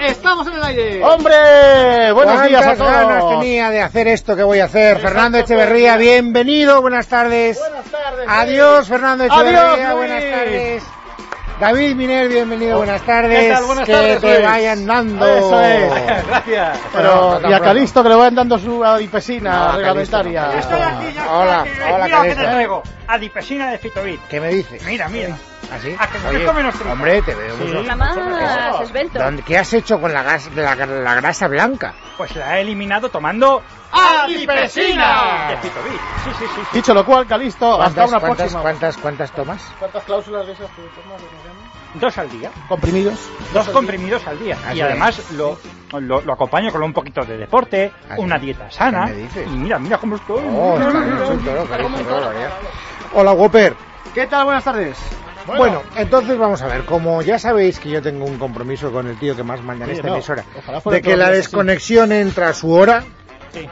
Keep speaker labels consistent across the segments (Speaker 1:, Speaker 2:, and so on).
Speaker 1: ¡Estamos en el aire!
Speaker 2: Oh,
Speaker 3: ¡Hombre! ¡Buenos
Speaker 2: ¿Cuántas
Speaker 3: días a todos!
Speaker 2: ganas tenía de hacer esto que voy a hacer. Fernando Echeverría, bienvenido, buenas tardes.
Speaker 3: pues, Buenas tardes.
Speaker 2: Adiós, Fernando Echeverría,
Speaker 3: Adiós, Luis. Oh,
Speaker 2: buenas tardes. David Miner, bienvenido, buenas tardes.
Speaker 3: ¿Qué tal? Buenas
Speaker 2: que
Speaker 3: tardes,
Speaker 2: te
Speaker 3: Luis.
Speaker 2: vayan dando.
Speaker 3: Eso es.
Speaker 1: Gracias.
Speaker 3: Pero,
Speaker 2: Pero,
Speaker 3: y a Calixto que le van dando su adipesina
Speaker 2: No,
Speaker 3: reglamentaria.
Speaker 2: Calixto,
Speaker 1: Estoy aquí, ya estoy
Speaker 2: Hola,
Speaker 1: aquí.
Speaker 2: hola,
Speaker 1: Mira lo que te
Speaker 2: Teresa.
Speaker 1: traigo. Adipesina de Fitovit.
Speaker 2: ¿Qué me dices?
Speaker 1: Mira, mira.
Speaker 2: ¿Así?
Speaker 1: A que me come los trucos.
Speaker 2: hombre, te veo muy
Speaker 1: Sí.
Speaker 4: Jamás, esbelto.
Speaker 2: ¿Dónde- ¿Qué has hecho con la, gas- la- la grasa blanca?
Speaker 1: Pues la he eliminado tomando de
Speaker 3: ¡Adipesina!
Speaker 1: Fitovit. Sí, sí, sí.
Speaker 3: Dicho lo cual,
Speaker 1: Oh,
Speaker 3: Calixto, hasta
Speaker 2: ¿Cuántas,
Speaker 3: una
Speaker 2: cuántas,
Speaker 3: próxima.
Speaker 2: cuántas, cuántas tomas?
Speaker 3: cláusulas de esas
Speaker 1: Dos al día.
Speaker 3: Comprimidos.
Speaker 1: Dos comprimidos al día.
Speaker 2: Así
Speaker 1: Y además lo, lo, lo acompaño con un poquito de deporte,
Speaker 2: Así.
Speaker 1: una dieta sana.
Speaker 2: ¿Qué me dices?
Speaker 1: Y mira, mira cómo estoy.
Speaker 2: Oh,
Speaker 1: Mira,
Speaker 2: está
Speaker 1: mira,
Speaker 2: bien, es
Speaker 1: mira.
Speaker 2: un toro, Calixto, qué barbaridad. Hola, Whopper.
Speaker 3: ¿Qué tal? Buenas tardes.
Speaker 2: Bueno, entonces vamos a ver, como ya sabéis que yo tengo un compromiso con el tío que más manda en
Speaker 3: Oye,
Speaker 2: esta
Speaker 3: no,
Speaker 2: emisora,
Speaker 3: ojalá fuera
Speaker 2: de que
Speaker 3: todos
Speaker 2: la
Speaker 3: los días
Speaker 2: desconexión entra a su hora,
Speaker 1: Sí.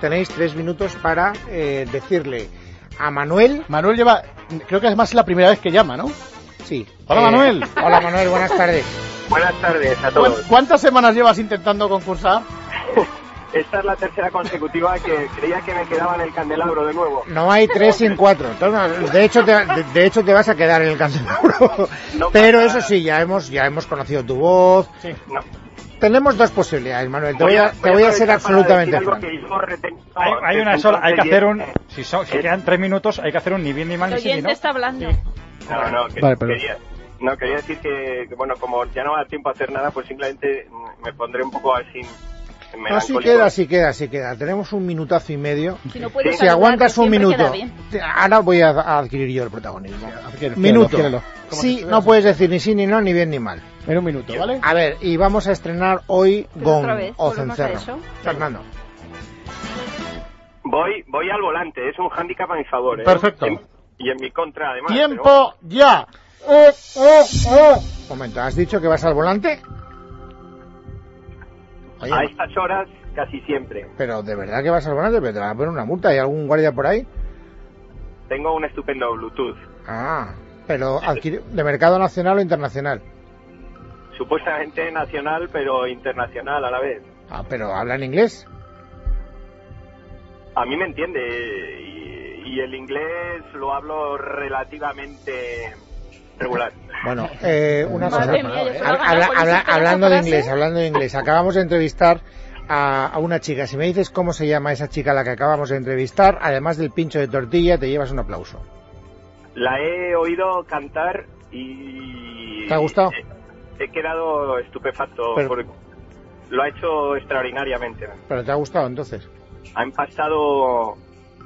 Speaker 2: tenéis tres minutos para eh, decirle a Manuel...
Speaker 3: Manuel lleva, creo que además es la primera vez que llama, ¿no?
Speaker 2: Sí. Eh,
Speaker 3: Hola, Manuel.
Speaker 2: Hola Manuel, buenas tardes.
Speaker 5: Buenas tardes a
Speaker 3: ¿Cuán-
Speaker 5: todos.
Speaker 3: ¿Cuántas semanas llevas intentando concursar?
Speaker 5: Esta es la tercera consecutiva que creía que me quedaba en el candelabro de nuevo.
Speaker 2: No hay tres sin cuatro. Entonces, de hecho, te, de, de hecho te vas a quedar en el candelabro.
Speaker 5: No
Speaker 2: Pero
Speaker 5: pasa
Speaker 2: eso sí, ya hemos, ya hemos conocido tu voz.
Speaker 5: No.
Speaker 2: Tenemos dos posibilidades, Manuel. Te voy a, te voy a ser
Speaker 5: aprovechar para
Speaker 2: absolutamente
Speaker 5: decir algo
Speaker 2: franco.
Speaker 5: que yo reten-
Speaker 1: Hay,
Speaker 2: Oh,
Speaker 1: hay una
Speaker 5: Entonces,
Speaker 1: sola, hay que hacer un.
Speaker 5: eh,
Speaker 1: Si, son, si quedan tres minutos, hay que hacer un ni bien ni mal
Speaker 4: El
Speaker 1: ni sí ni no.
Speaker 4: oyente está hablando.
Speaker 5: No, no, que-
Speaker 3: Vale, perdón.
Speaker 5: quería, no, quería decir que, que, bueno, como ya no va a dar tiempo a hacer nada, pues simplemente mm, me pondré un poco así.
Speaker 2: No, sí
Speaker 5: melancólico.
Speaker 2: queda, sí queda, sí queda. Tenemos un minutazo y medio.
Speaker 4: Si no puedes
Speaker 2: si
Speaker 4: saludar,
Speaker 2: aguantas un
Speaker 4: siempre
Speaker 2: minuto,
Speaker 4: queda bien.
Speaker 2: te- ahora voy a, a adquirir yo el protagonismo.
Speaker 3: adquiérelo,
Speaker 2: Minuto.
Speaker 3: adquiérelo. Como si
Speaker 2: Sí,
Speaker 3: estuvieras
Speaker 2: no
Speaker 3: en-
Speaker 2: puedes decir ni sí ni no, ni bien ni mal.
Speaker 3: En un minuto, ¿vale?
Speaker 2: A ver, y vamos a estrenar hoy
Speaker 4: ¿Eh? Pero otra
Speaker 2: Gong
Speaker 4: vez,
Speaker 2: o
Speaker 4: volvemos a
Speaker 2: Cencerro.
Speaker 4: eso.
Speaker 2: Fernando.
Speaker 5: Voy, voy al volante, es un hándicap a mi favor. ¿eh?
Speaker 3: Perfecto.
Speaker 5: En- y en mi contra, además. pero
Speaker 3: Tiempo ya. Oh,
Speaker 2: Un Momento, ¿has dicho que vas al volante? Oye,
Speaker 5: a estas horas, casi siempre.
Speaker 2: pero de verdad que vas al volante, pero te van a poner una multa. ¿Hay algún guardia por ahí?
Speaker 5: Tengo un estupendo Bluetooth.
Speaker 2: Ah, pero adquiri- de mercado nacional o internacional.
Speaker 5: Supuestamente nacional, pero internacional a la vez.
Speaker 2: Ah, pero hablan inglés.
Speaker 5: A mí me entiende y, y el inglés lo hablo relativamente regular.
Speaker 2: Bueno, eh, una cosa.
Speaker 4: Madre mía, yo solo
Speaker 2: Habla-
Speaker 4: hago
Speaker 2: habla-
Speaker 4: policía
Speaker 2: habla-
Speaker 4: con esa
Speaker 2: hablando de
Speaker 4: frase.
Speaker 2: inglés, hablando de inglés. Acabamos de entrevistar a, a una chica. Si me dices cómo se llama esa chica a la que acabamos de entrevistar, además del pincho de tortilla, te llevas un aplauso.
Speaker 5: La he oído cantar y...
Speaker 2: ¿Te ha gustado?
Speaker 5: He, he quedado estupefacto.
Speaker 2: Pero-
Speaker 5: por- lo ha hecho extraordinariamente.
Speaker 2: Pero te ha gustado entonces.
Speaker 5: Ha empastado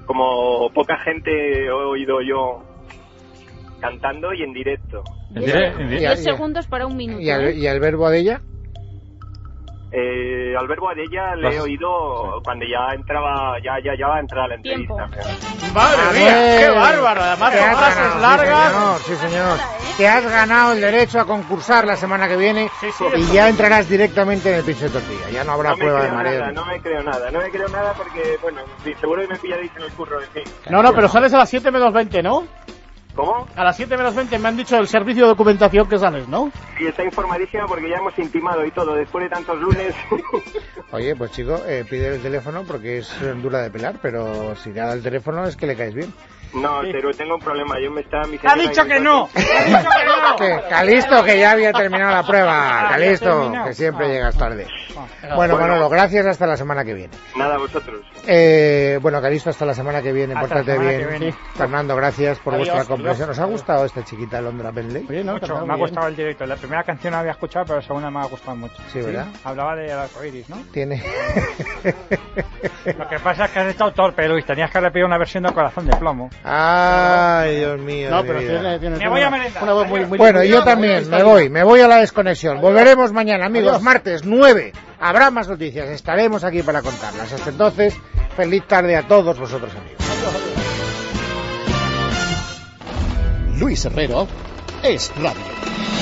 Speaker 5: como poca gente he oído yo cantando y en directo.
Speaker 1: Diré- diré-
Speaker 2: Ya,
Speaker 4: Diez
Speaker 2: ya.
Speaker 4: segundos para un minuto.
Speaker 2: ¿Y el,
Speaker 4: ¿eh?
Speaker 2: y el verbo de ella?
Speaker 5: Eh, al verbo de ella le he
Speaker 1: Vas-
Speaker 5: oído cuando ya entraba, ya, ya, ya va a entrar a la entrevista.
Speaker 4: Tiempo.
Speaker 3: ¡Madre mía! ¡Qué bárbaro! Además,
Speaker 2: Te
Speaker 3: con
Speaker 2: has
Speaker 3: frases
Speaker 2: ganado,
Speaker 3: largas.
Speaker 2: Sí, señor, sí, señor. Te has ganado el derecho a concursar la semana que viene
Speaker 1: Sí, sí,
Speaker 2: y
Speaker 1: eso.
Speaker 2: ya entrarás directamente en el pinche de tortilla. Ya no habrá
Speaker 5: No me,
Speaker 2: prueba de
Speaker 5: creo
Speaker 2: mareo.
Speaker 5: nada, no me creo nada, no me creo nada porque, bueno, sí, seguro que me pillaréis en el curro, en fin.
Speaker 3: No, no, pero sales a las 7 menos 20, ¿no?
Speaker 5: ¿Cómo?
Speaker 3: A las 7 menos 20 me han dicho el servicio de documentación que sales, ¿no?
Speaker 5: Sí, está informadísima porque ya hemos intimado y todo, después de tantos lunes.
Speaker 2: Oye, pues chico, eh, pide el teléfono porque es eh, dura de pelar, pero si te da el teléfono es que le caes bien.
Speaker 5: no, pero tengo un problema, yo me estaba... Mi
Speaker 1: ¡Ha
Speaker 5: señora
Speaker 1: dicho
Speaker 5: y-
Speaker 1: que no! ¡Ha dicho que no!
Speaker 2: Que- Calisto, que ya había terminado la prueba.
Speaker 1: Ah, había
Speaker 2: Calisto,
Speaker 1: terminado.
Speaker 2: que siempre
Speaker 1: Ah.
Speaker 2: llegas tarde. Bueno, Manolo, gracias. Hasta la semana que viene.
Speaker 5: Nada, vosotros.
Speaker 2: Eh, bueno, Calisto, hasta la semana que viene.
Speaker 1: Hasta la
Speaker 2: Pórtate
Speaker 1: semana que
Speaker 2: bien.
Speaker 1: viene.
Speaker 2: Fernando, gracias por
Speaker 3: Adiós,
Speaker 2: vuestra comprensión.
Speaker 3: adiós.
Speaker 2: ¿Os ha gustado esta chiquita Londra Bentley?
Speaker 3: Oye, no,
Speaker 1: Mucho,
Speaker 3: cantaba
Speaker 1: me ha
Speaker 3: bien.
Speaker 1: gustado el directo. La primera canción la había escuchado, pero la segunda me ha gustado mucho.
Speaker 2: Sí, ¿verdad?
Speaker 1: Hablaba de arco iris, ¿no?
Speaker 2: Tiene.
Speaker 1: Lo que pasa es que has estado torpe, Luis. Tenías que haberle pedido una versión de Corazón de Plomo.
Speaker 2: Ay, Dios mío.
Speaker 3: No,
Speaker 2: de
Speaker 3: pero
Speaker 2: vida.
Speaker 3: tiene, tiene-
Speaker 1: Me
Speaker 3: tiene
Speaker 1: voy a
Speaker 3: una-
Speaker 1: merendar.
Speaker 3: una voz muy- muy-
Speaker 2: Bueno,
Speaker 3: muy-
Speaker 2: yo
Speaker 3: muy-
Speaker 2: también
Speaker 3: muy-
Speaker 2: me voy, me voy a la desconexión. Volveremos mañana, amigos,
Speaker 3: Adiós.
Speaker 2: martes 9. Habrá más noticias, estaremos aquí para contarlas. Hasta entonces, feliz tarde a todos vosotros, amigos.
Speaker 6: Luis Herrero es radio.